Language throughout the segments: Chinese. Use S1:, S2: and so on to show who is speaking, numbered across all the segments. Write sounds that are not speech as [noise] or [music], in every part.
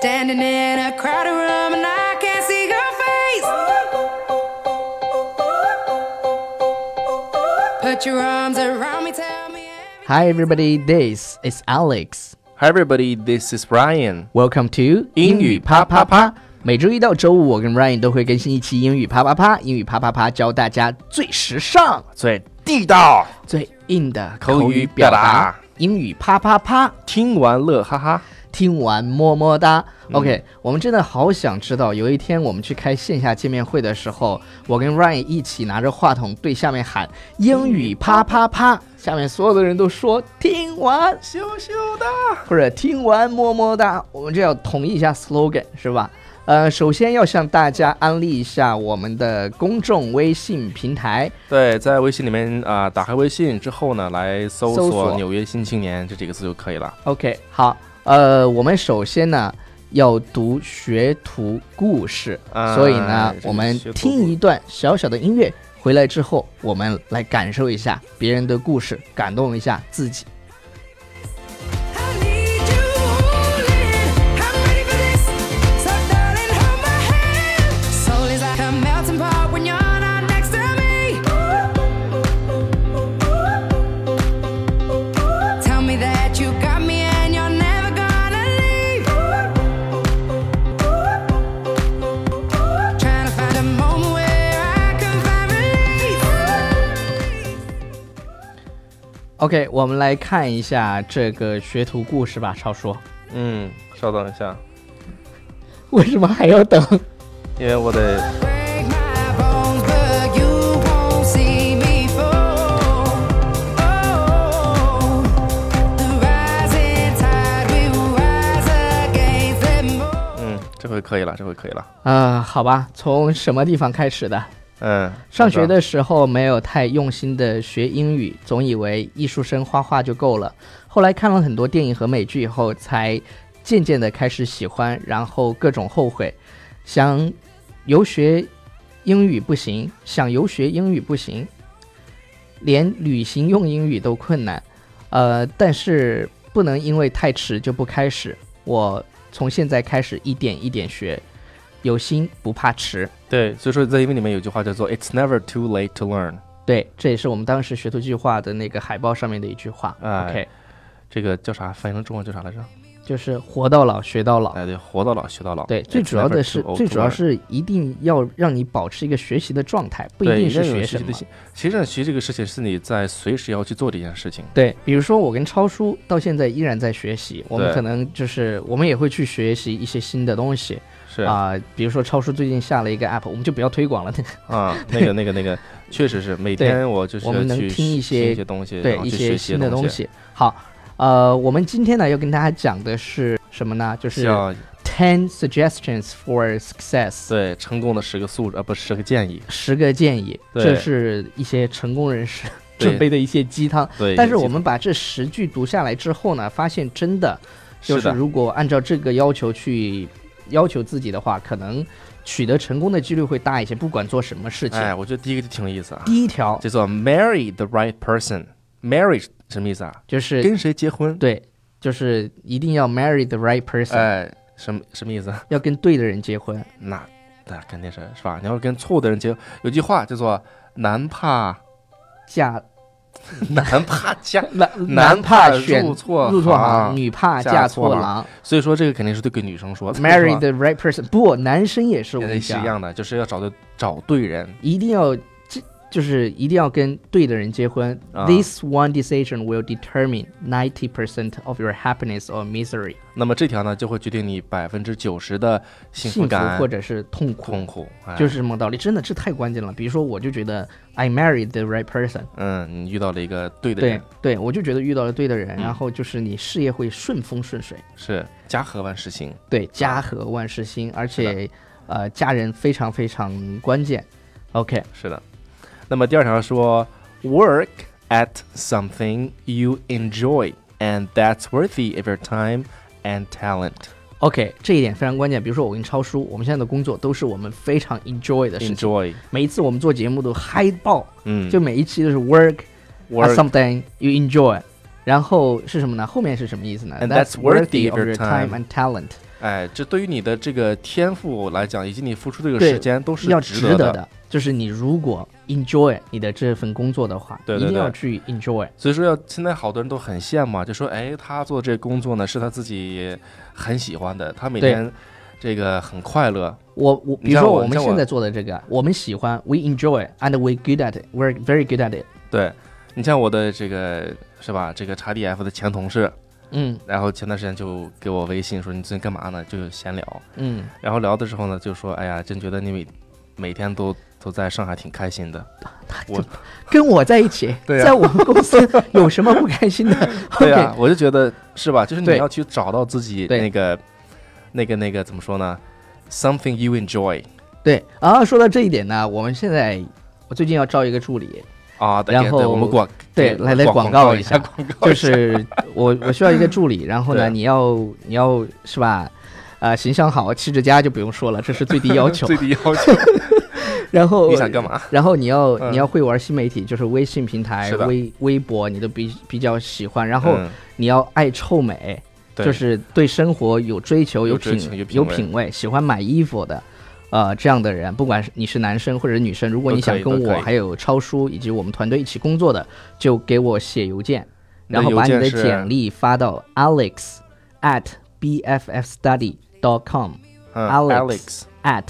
S1: Standing in a crowded room and I can't see your face. Put your arms around me, tell me. everything.
S2: Hi, everybody. This is Alex.
S3: Hi everybody, this is Ryan。
S2: Welcome to
S3: 英语啪啪啪。
S2: 每周一到周五，我跟 Ryan 都会更新一期英语啪啪啪。英语啪啪啪教大家最时尚、
S3: 最地道，
S2: 最硬的
S3: 口
S2: 口
S3: 语
S2: 语表
S3: 表
S2: 达
S3: 达。
S2: 英语啪啪啪，
S3: 听完乐哈哈。
S2: 听完么么哒。OK，、我们真的好想知道，有一天我们去开线下见面会的时候，我跟 Ryan 一起拿着话筒对下面喊“英语啪啪啪”，下面所有的人都说“听完”。
S3: 羞羞的，
S2: 或者听完么么哒，我们就要统一一下 slogan 是吧？呃，首先要向大家安利一下我们的公众微信平台，
S3: 对，在微信里面啊、打开微信之后呢，来搜
S2: 搜
S3: 索
S2: 索
S3: “纽约新青年”这几个字就可以了。
S2: OK，好，呃，我们首先呢要读学徒故事，
S3: 啊
S2: 所以呢
S3: 这，个
S2: 我们
S3: 学徒故
S2: 听一段小小的音乐，回来之后我们来感受一下别人的故事，感动一下自己。
S1: I need you holding. I'm ready for this. So darling, hold my hand. Soul is like a melting pot when you're not next to me. Tell me that you got me and you're never gonna leave. Trying to find a moment where I can find release.
S2: OK，我们来看一下这个学徒故事吧，超叔，
S3: 嗯，稍等一下，
S2: 为什么还要等？
S3: 因为我得
S1: Break my bones, but you won't see me fall. Oh, the rising tide will rise against them all.
S3: 嗯，这回可以了，这回可以了。
S2: 啊，好吧，从什么地方开始的？
S3: 嗯，
S2: 上学
S3: 好
S2: 的时候没有太用心的学英语，总以为艺术生画画就够了。后来看了很多电影和美剧以后，才渐渐的开始喜欢，然后各种后悔，想游学英语不行，想游学英语不行，连旅行用英语都困难。呃，但是不能因为太迟就不开始。我从现在开始一点一点学，有心不怕迟。
S3: 对，所以说在英文里面有句话叫做 “It's never too late to learn”，
S2: 对，这也是我们当时学徒计划的那个海报上面的一句话。
S3: 哎
S2: OK，
S3: 这个叫啥？翻译成中文叫啥来着？
S2: 就是活到老学到老。
S3: 哎，对，哎活到老学到老。
S2: 对，最
S3: It's
S2: 主要的
S3: never
S2: 是
S3: too，old
S2: 最
S3: to
S2: 主要
S3: learn
S2: 是一定要让你保持一个学习的状态，不一
S3: 对
S2: 定是
S3: 要有
S2: 学
S3: 学
S2: 什
S3: 习
S2: 么
S3: 的。心。其实学这个事情是你在随时要去做的一件事情。
S2: 对，比如说我跟超叔到现在依然在学习，我们
S3: 对
S2: 可能就是我们也会去学习一些新的东西
S3: 是
S2: 啊、比如说超叔最近下了一个 app，我们就不要推广了，
S3: 啊，那个那个那个，确实是每
S2: 对
S3: 天我就是
S2: 我们
S3: 要
S2: 能
S3: 去
S2: 听一
S3: 一
S2: 些
S3: 些东西，
S2: 对
S3: 然后
S2: 一
S3: 去
S2: 些
S3: 学习
S2: 新的
S3: 东
S2: 东，西。好，呃，我们今天呢要跟大家讲的是什么呢？就是
S3: 叫
S2: Ten suggestions for success。
S3: 对成功的十个素质啊，不是十个建议，
S2: 十个建议，
S3: 对
S2: 这是一些成功人士
S3: 对
S2: 准备的一些鸡汤。
S3: 对。
S2: 但
S3: 也
S2: 是
S3: 记
S2: 我
S3: 住
S2: 们把这十句读下来之后呢，发现真的就是是
S3: 的，
S2: 如果按照这个要求去要求自己的话，可能取得成功的几率会大一些，不管做什么事情。
S3: 哎，我觉得第一个就挺有意思啊，
S2: 第一条
S3: 叫做 marry the right person。marry 什么意思啊？
S2: 就是
S3: 跟谁结婚？
S2: 对，就是一定要 marry the right person，、
S3: 哎，什么什么意思啊？ [laughs]
S2: 要跟对的人结婚。
S3: 那那肯定是是吧？你要是跟错误的人结，有句话叫做“男怕 [laughs]
S2: 嫁
S3: 男怕嫁
S2: [laughs] 男
S3: 男
S2: 怕
S3: 怕
S2: 选
S3: 入错
S2: 入错
S3: 行
S2: 行，女怕
S3: 嫁
S2: 嫁
S3: 错
S2: 错
S3: 郎
S2: 郎。”，
S3: 所以说这个肯定是对给女生说的。是
S2: marry
S3: 吧
S2: the right person，不，男生也是我跟
S3: 也
S2: 你
S3: 是一
S2: 讲，
S3: 样的，就是要找对找对人。
S2: 一定要这就是一定要跟对的人结婚。
S3: 啊
S2: This one decision will determine ninety percent of your happiness or misery，
S3: 那么这条呢，就会决定你百分之九十的幸
S2: 幸
S3: 感
S2: 福或者是痛苦，
S3: 痛苦，哎、
S2: 就是这么个道理。真的，这太关键了。比如说，我就觉得 I married the right person，
S3: 嗯，你遇到了一个对嗯的
S2: 对
S3: 人，
S2: 对，我就觉得遇到了对的人，然后就是你事业会顺风顺水，
S3: 是家和万事兴。
S2: 对，家和万事兴，而
S3: 啊是的
S2: 且呃，家人非常非常关键。OK，
S3: 是的。那么第二条说，work at something you enjoy and that's worthy of your time and talent。
S2: OK，这一点非常关键。比如说，我跟超叔，我们现在的工作都是我们非常 enjoy 的事情。
S3: enjoy，
S2: 每一次我们做节目都嗨爆，
S3: 嗯，
S2: 就每一期都是 work at
S3: work
S2: something you enjoy，然后是什么呢？后面是什么意思呢
S3: And that's worthy of your
S2: time
S3: time
S2: and talent。
S3: 哎，这对于你的这个天赋来讲，以及你付出这个
S2: 对
S3: 时间都是
S2: 要
S3: 值
S2: 值得
S3: 的。
S2: 的。就是你如果 enjoy 你的这份工作的话，
S3: 对对
S2: 一定要
S3: 对
S2: 去 enjoy。
S3: 所以说，要现在好多人都很羡慕，啊，就说哎，他做这工作呢是他自己很喜欢的，他每
S2: 对
S3: 天这个很快乐。
S2: 我我
S3: 你
S2: 比如
S3: 像
S2: 说
S3: 我
S2: 我
S3: 你
S2: 们
S3: 像我
S2: 现在做的这个，我们喜欢，we enjoy and we good at it，we're very good at it。
S3: 对你像我的这个是吧，这个 XDF 的前同事，
S2: 嗯
S3: 然后前段时间就给我微信说你最近干嘛呢？就闲聊， [laughs]
S2: 嗯，
S3: 然后聊的时候呢，就说哎呀，真觉得你每每天都都在上海挺开心的。我
S2: 跟我在一起，
S3: 对呀
S2: 在我们公司有什么不开心的？
S3: [laughs] 对呀、我就觉得是吧？就是你
S2: 啊对
S3: 要去找到自己
S2: 对
S3: 那个那个那个怎么说呢？Something you enjoy
S2: 对，然后说到这一点呢，我们现在我最近要招一个助理，
S3: 啊。对
S2: 然
S3: 对对
S2: 后
S3: 我们广
S2: 对来来
S3: 广
S2: 广告
S3: 一
S2: 一下
S3: 广告
S2: 就
S3: 一下 [laughs]
S2: 是我我需要一个助理，然后呢，
S3: 哎对
S2: 你要你要是吧？呃，形象好，气质佳就不用说了，这是最低要求
S3: 最。低要
S2: [laughs]
S3: 求。
S2: 然后
S3: 你想干嘛？
S2: 然后你要、
S3: 嗯
S2: 你要会玩新媒体，就是微信平台
S3: 是、的
S2: 微微博，你都比比较喜欢。然后
S3: 嗯
S2: 你要爱臭美，
S3: 对
S2: 就是对生活有追求、
S3: 有追
S2: 品
S3: 求有品
S2: 有
S3: 味
S2: 品味，喜欢买衣服的，呃，这样的人，不管是你是男生或者女生，如果
S3: 都
S2: 你
S3: 可
S2: 想
S3: 以
S2: 跟
S3: 都可
S2: 我
S3: 以
S2: 还有超叔以及我们团队一起工作的，就给我写邮件，
S3: 你
S2: 然后把你
S3: 邮
S2: 的
S3: 件是
S2: 简历发到 alex at bffstudy dot com
S3: 嗯
S2: Alex at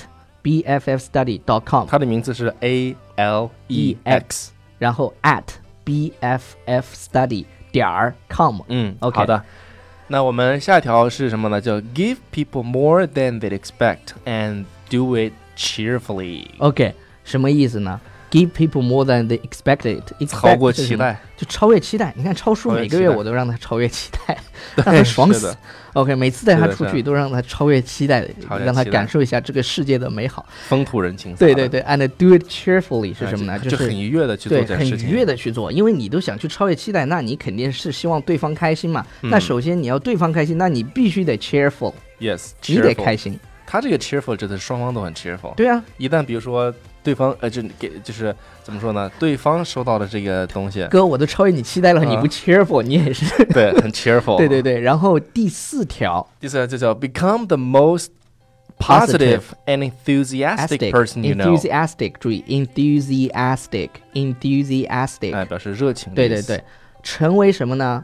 S2: bffstudy dot com，
S3: 他的名字是 A L E X。
S2: 然后 at bffstudy 点儿 com。
S3: 嗯
S2: OK
S3: 好的。那我们下一条是什么呢？叫 Give people more than they expect and do it cheerfully，
S2: OK，什么意思呢？Give people more than they expected，
S3: 超过
S2: expect 是
S3: 期
S2: 什么，
S3: 待。
S2: 就超越期待。你看超叔
S3: 超越
S2: 每个
S3: 期
S2: 月
S3: 待
S2: 我都让他超越期待，
S3: [laughs]
S2: 让他爽
S3: 是
S2: 死
S3: 的。
S2: OK，每次带
S3: 是
S2: 他
S3: 的
S2: 出
S3: 是
S2: 去
S3: 的
S2: 都让他超越期待
S3: 超，越
S2: 让他
S3: 期待
S2: 感受一下这个世界的美好。
S3: 风土人情。
S2: 对对，对，and do it cheerfully 是
S3: 哎
S2: 什么呢？
S3: 就
S2: 就是
S3: 很愉悦的去做
S2: 对，
S3: 这件
S2: 很
S3: 事
S2: 愉
S3: 情。
S2: 悦的去做，因为你都想去超越期待，那你肯定是希望对方开心嘛。那
S3: 嗯
S2: 首先你要对方开心，那你必须得 cheerful，
S3: Yes，
S2: 你得
S3: cheerful
S2: 开。心。
S3: 他这个 cheerful 指的是双方都很 cheerful。
S2: 对啊，
S3: 一旦比如说对方呃，就给就是怎么说呢？对方收到了这个东西，
S2: 哥，我都超越你期待了，
S3: 啊
S2: 你不 cheerful，你也是。
S3: 对，很 cheerful。
S2: 对对。对，然后第四条
S3: 第四个就叫 become the most
S2: Positive
S3: positive and enthusiastic person you know，
S2: enthusiastic，注意 enthusiastic，enthusiastic，
S3: 哎，表示热情。
S2: 对对对，，成为什么呢？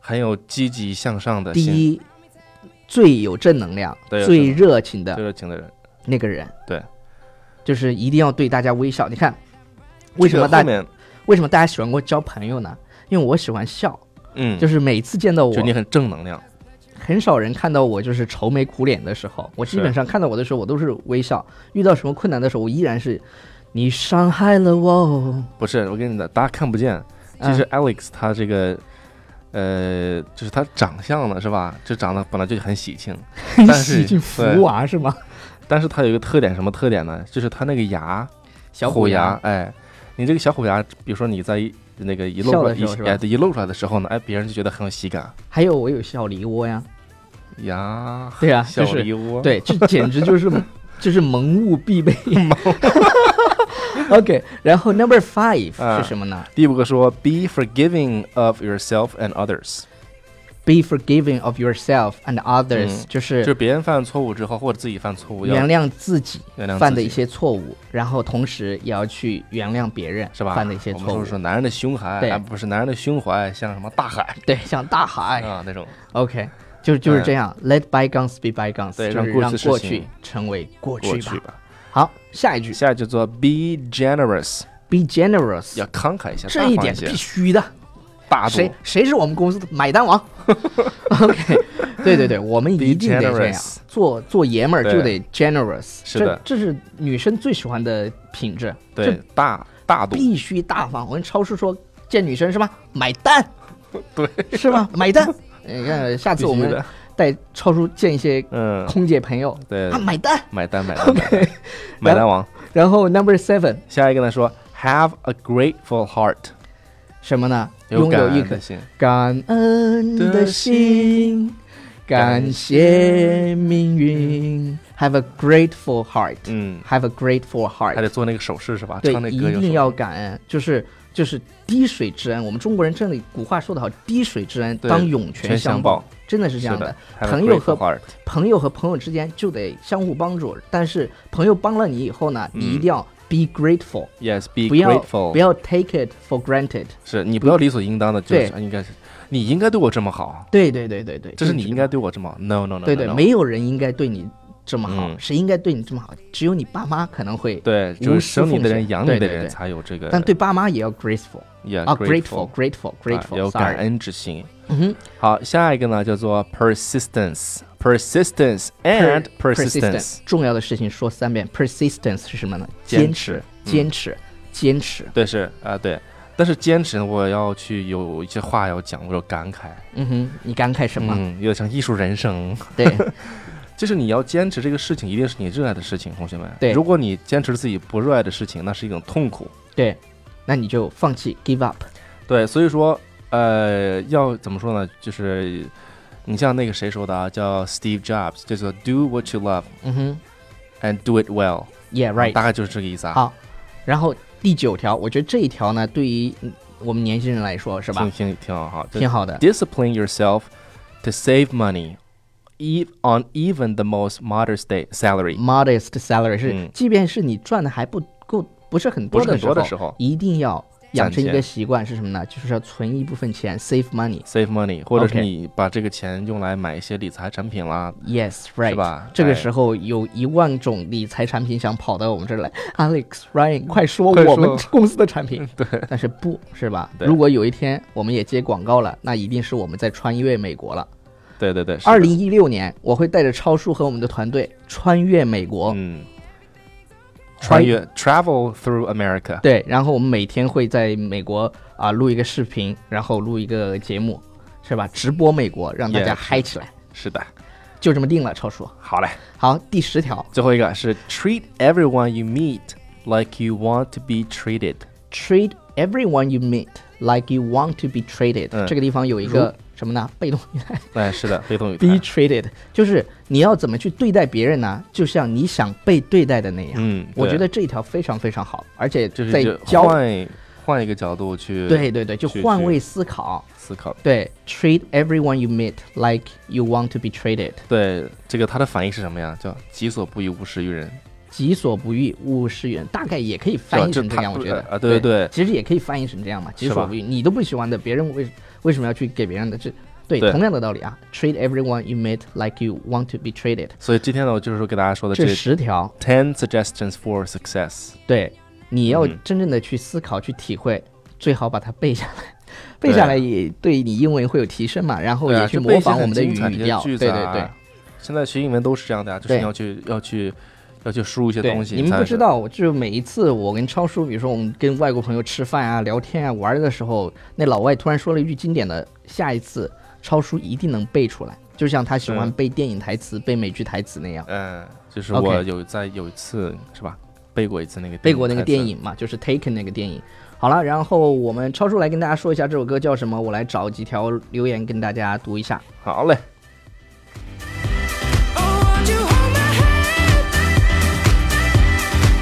S3: 很有积极向上的
S2: 第
S3: 心，
S2: 一，最有正能量、
S3: 对有
S2: 最
S3: 正能
S2: 热情的
S3: 最热情的人。
S2: 那个人，
S3: 对，
S2: 就是一定要对大家微笑。你看，为什么
S3: 这个
S2: 大
S3: 后面
S2: 为什么大家喜欢跟我交朋友呢？因为我喜欢笑，
S3: 嗯，
S2: 就是是每次见到我
S3: 就，你很正能量，
S2: 很少人看到我就是愁眉苦脸的时候。我基
S3: 是
S2: 本上看到我的时候，我都是微笑。遇到什么困难的时候，我依然是，你伤害了我。啊
S3: 不是我跟你讲，大家看不见，
S2: 嗯
S3: 其实 Alex 他这个。呃，就是他长相呢，是吧？就长得本来就很喜庆，
S2: 很
S3: 但
S2: [laughs]
S3: 是
S2: 喜庆福娃是吗？
S3: 但是他有一个特点，什么特点呢？就是他那个牙，
S2: 小
S3: 虎
S2: 虎牙
S3: 牙，哎，你这个小虎牙，比如说你在一那个一露
S2: 笑
S3: 出来
S2: 的时候是
S3: 一
S2: 吧
S3: 哎对一露出来的时候呢，哎，别人就觉得很有喜感。
S2: 还有我有小梨窝
S3: [laughs]
S2: 呀，
S3: 呀，
S2: [laughs] 对呀
S3: 小
S2: 就是
S3: 梨窝，，
S2: 对，这简直就是 [laughs] 就是萌物必
S3: [laughs]
S2: 备。OK，然后 number five
S3: 啊
S2: 是什么呢
S3: 第五个说 be forgiving of yourself and others，
S2: ？Be forgiving of yourself and others，、
S3: 嗯
S2: 就
S3: 就是是别人犯错误之后，或者自己犯错误要
S2: 原谅自己
S3: 原谅自
S2: 犯的一
S3: 己
S2: 些错误，然后同时也要去原谅别人
S3: 是吧？
S2: 犯的一些错
S3: 我们
S2: 误
S3: 说。说男人的胸怀，
S2: 对
S3: 哎不是男人的胸怀，像什么
S2: [laughs]
S3: 大海
S2: 对，像大海。
S3: 啊那种。
S2: OK，就就是
S3: 嗯
S2: 这样、l e t bygones be bygones，
S3: 对
S2: 就是
S3: 让过去
S2: 让
S3: 的事
S2: 过
S3: 情
S2: 去成为过
S3: 过
S2: 去吧。
S3: 去吧。
S2: 好，下一句
S3: 下一句叫做 be generous，
S2: ，Be generous，
S3: 要慷慨一下，
S2: 这
S3: 大
S2: 一
S3: 方
S2: 点
S3: 些
S2: 必须的。
S3: 大度
S2: 谁谁是我们公司的买单王
S3: [laughs]
S2: ？OK，对对对，我们
S3: Be
S2: 一定得这样
S3: generous，
S2: 做做爷们儿就得 generous，
S3: 是的
S2: 这这是女生最喜欢的品质，
S3: 对
S2: 这
S3: 大大度，
S2: 必须大方。我跟超叔说，见女生是吧？买单，
S3: 对，
S2: 是
S3: [laughs]
S2: 吧？买单。你看，下次我
S3: 必须
S2: 们
S3: 的
S2: 带超叔见一些
S3: 嗯，
S2: [laughs] 空姐朋友，
S3: 对
S2: 啊，，买单。
S3: 买单买单买
S2: [laughs]
S3: 单买单王。
S2: 然后 number seven
S3: 下一个呢说 have a grateful heart，
S2: 什么呢？
S3: 有
S2: 拥
S3: 感
S2: 有一
S3: 恩
S2: 颗
S3: 的心，
S2: 感恩的心，感谢命运。Have a grateful heart.
S3: 嗯，
S2: Have a grateful
S3: 还
S2: heart.
S3: 得做那个手势是吧？
S2: 对
S3: 唱那，
S2: 一
S3: 歌有
S2: 定
S3: 手
S2: 要
S3: 势
S2: 感恩，就是就是滴水之恩。我们中国人真的古话说得好，滴水之恩
S3: 对
S2: 当涌泉
S3: 全相
S2: 报
S3: 报，，
S2: 真的是这
S3: 是
S2: 样
S3: 的
S2: 的。，
S3: have a
S2: 朋友和
S3: grateful heart
S2: 朋友和朋友之间就得相互帮助，但是朋友帮了你以后呢，你一定要 be grateful，、
S3: yes 嗯 be
S2: 不要
S3: grateful，
S2: 不要 take it for granted。
S3: 是你不要理所应当的，就是
S2: 对
S3: 啊应该是你应该对我这么好，
S2: 对对对对对，
S3: 这是你
S2: 就
S3: 应该对我这么好，no no no，
S2: 对对，
S3: no, no
S2: 没有人应该对你这么好，
S3: 嗯
S2: 谁应该对你这么好？只有你爸妈可能会，
S3: 对，
S2: 无
S3: 就是
S2: 私
S3: 生你
S2: 奉
S3: 的人
S2: 献
S3: 养
S2: 对
S3: 你的
S2: 对
S3: 人
S2: 对
S3: 才有这个，
S2: 但对爸妈也要 grateful
S3: yeah
S2: 啊
S3: grateful
S2: ，grateful grateful
S3: 啊有感
S2: grateful，sorry，
S3: 恩之心。
S2: 嗯哼
S3: 好，下一个呢叫做 persistence persistence and persistence，
S2: persistence 重要的事情说三遍，persistence 是什么呢？
S3: 坚
S2: 坚
S3: 持
S2: 持，
S3: 嗯
S2: 坚持，坚持。
S3: 对是啊对，但是坚持呢我要去有一些话要讲，我有感慨，
S2: 嗯哼，你感慨什么？
S3: 嗯，有点像艺术人生。
S2: 对
S3: [laughs] 就是你要坚持这个事情，一定是你热爱的事情，同学们。
S2: 对
S3: 如果你坚持自己不热爱的事情，那是一种痛苦。
S2: 对，那你就放弃 give up。
S3: 对，所以说，呃，要怎么说呢？就是你像那个谁说的啊，叫 Steve Jobs，叫做 “Do what you love
S2: 嗯哼
S3: and do it well”。
S2: ，Yeah right。
S3: 大概就是这个意思啊。
S2: 好，然后第九条，我觉得这一条呢，对于嗯我们年轻人来说是吧
S3: 听，听挺好哈，
S2: 挺好的。
S3: Discipline yourself to save money, e on even the most modest day salary。
S2: modest salary 是
S3: 嗯，
S2: 即便是你赚的还不够，不是很多
S3: 不是
S2: 的
S3: 很
S2: 时
S3: 多
S2: 候，
S3: 的时候
S2: 一定要养成一
S3: 攒钱
S2: 个习惯是什么呢？就是要存一部分钱，save money。
S3: save money，或者是
S2: OK
S3: 你把这个钱用来买一些理财产品啦，
S2: Yes, right。
S3: 是吧
S2: 这
S3: 哎
S2: 个时候有一万种理财产品想跑到我们这儿来，Alex、Ryan，快 [laughs] 说
S3: 哎快说
S2: 我们公司的产
S3: [laughs]
S2: 品。对，但是不是吧？
S3: 对
S2: 如果有一天我们也接广告了，那一定是我们在穿越美国了。
S3: 对对对，是的
S2: 二零一六年，我会带着超叔和我们的团队穿越美国。
S3: 嗯，
S2: 欢
S3: 穿
S2: 迎
S3: 越 travel through America，
S2: 对，然后我们每天会在美国啊、录一个视频，然后录一个节目，是吧？直播美国，让大
S3: Yeah，
S2: 家嗨起来，
S3: 是的，
S2: 就这么定了，超叔。
S3: 好嘞，
S2: 好，第十条
S3: 最后一个是 treat everyone you meet like you want to be treated，
S2: [laughs] ，treat everyone you meet like you want to be treated、
S3: 嗯
S2: 这个地方有一个什么呢？被动
S3: [laughs]
S2: 语态
S3: 哎，是的，非同语
S2: ，be
S3: 态，
S2: treated，就是你要怎么去对待别人呢？就像你想被对待的那样。
S3: 嗯，
S2: 我
S3: 对
S2: 觉得这一条非常非常好，而且
S3: 就是
S2: 在
S3: 就
S2: 教
S3: 换换一个角度去
S2: 对对对，就
S3: 去
S2: 换
S3: 去
S2: 位思考。
S3: 思考，
S2: 对，treat everyone you meet like you want to be treated。
S3: 对这个它的反义是什么呀？叫己所不欲，勿施于人，
S2: 己所不欲，勿施于人，大概也可以
S3: 是吧
S2: 翻译
S3: 就
S2: 成这
S3: 他
S2: 样，我觉
S3: 呃
S2: 得
S3: 啊对对对
S2: 其实也可以翻译成这样嘛，己
S3: 是吧
S2: 所不欲，你都不喜欢的，别人为为什么要去给别人的？这对
S3: 对
S2: 同样的道理啊，treat everyone you meet like you want to be treated。
S3: 所以今天呢，我就是说给大家说的这
S2: 这十条，
S3: ten suggestions for success，
S2: 对，你要
S3: 嗯
S2: 真正的去思考、去体会，最好把它背下来。背下来也对你英文会有提升嘛，然后
S3: 对啊
S2: 哦也去
S3: 就背一
S2: 模
S3: 些
S2: 仿我
S3: 很
S2: 们的
S3: 精
S2: 语
S3: 彩的一
S2: 语
S3: 些
S2: 调，
S3: 句
S2: 对
S3: 子
S2: 对
S3: 啊
S2: 对。
S3: 现在学英文都是这样的呀，就是
S2: 对
S3: 你要去要去要去输入一些
S2: 对，
S3: 东西。
S2: 你们
S3: 才
S2: 不
S3: 能
S2: 知道，就每一次我跟超叔，比如说我们跟外国朋友吃饭啊、聊天啊、玩儿的时候，那老外突然说了一句经典的，下一次超叔一定能背出来，就像他喜欢
S3: 嗯
S2: 背电影台词、背美剧台词那样。
S3: 嗯，就是我
S2: OK
S3: 有在有一次是吧，背过一次那个
S2: 背过那个
S3: 台词
S2: 电，影嘛，就是 Taken 那个电影。好了，然后我们超叔来跟大家说一下这首歌叫什么，我来找几条留言跟大家读一下。
S3: 好嘞，
S1: Oh, won't you hold my hand?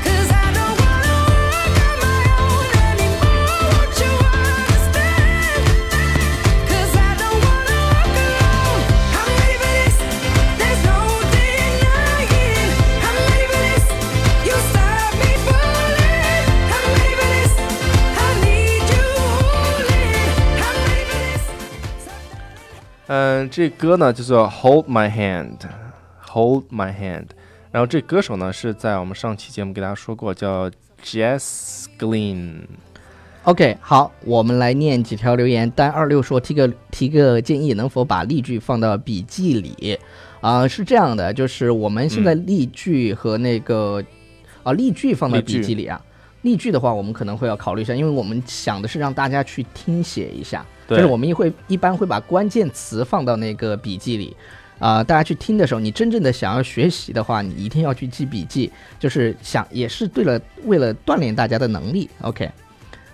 S1: 'Cause I don't wanna walk on my own anymore. Won't you understand? 'Cause I don't wanna walk alone. I'm ready for this. There's no denying. I'm ready for this. You stop me falling. I'm ready for this. I need you holding. I'm ready for this.
S3: 嗯，这歌呢叫做 Hold My Hand，Hold My Hand，然后这歌手呢是在我们上期节目给大家说过叫 Jess Glynn，
S2: OK，好，我们来念几条留言。单二六说提个提个建议，能否把例句放到笔记里？啊、是这样的，就是我们现在例句和那个啊、例句放到
S3: 嗯例句
S2: 笔记里啊。例句的话，我们可能会要考虑一下，因为我们想的是让大家去听写一下，
S3: 对
S2: 就是我们会一般会把关键词放到那个笔记里。啊、大家去听的时候，你真正的想要学习的话，你一定要去记笔记，就是想也是对了，为了锻炼大家的能力。OK，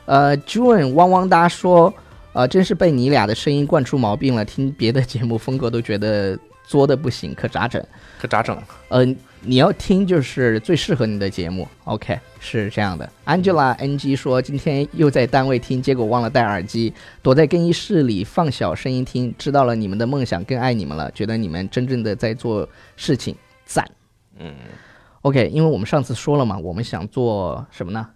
S2: 呃，June 汪汪哒说，啊、真是被你俩的声音惯出毛病了，听别的节目风格都觉得作的不行，可咋整？
S3: 可咋整？
S2: 呃，你要听就是最适合你的节目。OK，是这样的。Angela NG 说，今天又在单位听，结果忘了戴耳机，躲在更衣室里放小声音听，知道了你们的梦想，更爱你们了，觉得你们真正的在做事情，赞。
S3: 嗯
S2: OK，因为我们上次说了嘛，我们想做什么呢？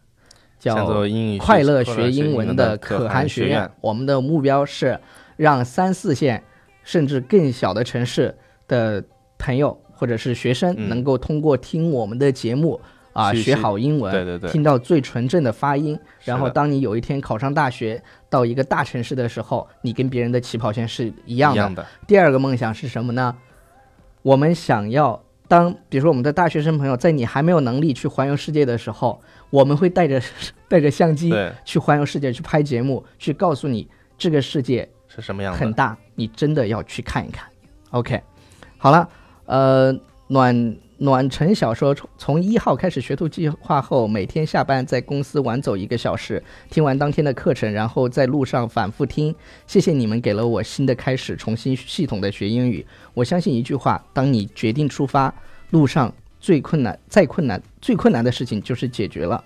S3: 想
S2: 叫
S3: 做英语
S2: 快乐
S3: 学
S2: 学英文的可汗
S3: 学
S2: 学院。我们的目标是让三四线甚至更小的城市的朋友或者是学
S3: 嗯
S2: 生能够通过听我们的节目啊、
S3: 去
S2: 学
S3: 去
S2: 好英文，
S3: 对对对
S2: 听到最纯正的发音。
S3: 是
S2: 然后
S3: 的
S2: 当你有一天考上大学，到一个大城市的时候，你跟别人的起跑线是一样
S3: 一
S2: 的。
S3: 样的，
S2: 第二个梦想是什么呢？我们想要当，比如说我们的大学生朋友，在你还没有能力去环游世界的时候，我们会带着带着相机
S3: 对，
S2: 去环游世界，去拍节目，去告诉你这个世界
S3: 是什么样
S2: 很
S3: 的？
S2: 大，你真的要去看一看。OK，好了，呃，暖暖晨晓说，从从一号开始学徒计划后，每天下班在公司晚走一个小时，听完当天的课程，然后在路上反复听。谢谢你们给了我新的开始，重新系统的学英语。我相信一句话：当你决定出发，路上最困难、再困难、最困难的事情就是解决了。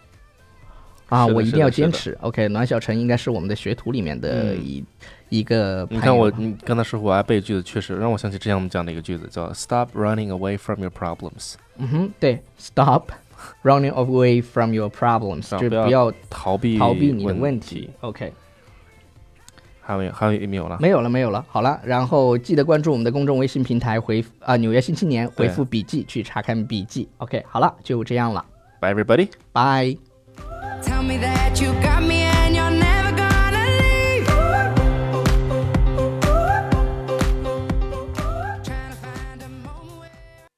S2: 啊，
S3: 是的
S2: 我一
S3: 是
S2: 定
S3: 的
S2: 要
S3: 是的
S2: 坚持。OK，暖小晨应该是我们的学徒里面的
S3: 嗯
S2: 一、一个朋友。
S3: 你看我，你刚才说我爱背句子，确实让我想起之前我们讲的一个句子，叫 “Stop running away from your problems”，
S2: 嗯哼，对，stop [laughs] running away from your problems，
S3: 啊
S2: 就是
S3: 不要
S2: 不要
S3: 逃避
S2: 逃避你的
S3: 问
S2: 问题。。OK，
S3: 还有还有没有了？
S2: 没有了，没有了，好了，然后记得关注我们的公众微信平台，回复啊、纽约新青年”回复“笔记”去查看笔记。OK，好了，就这样了，
S3: Bye everybody。
S2: 拜。
S1: Tell me that you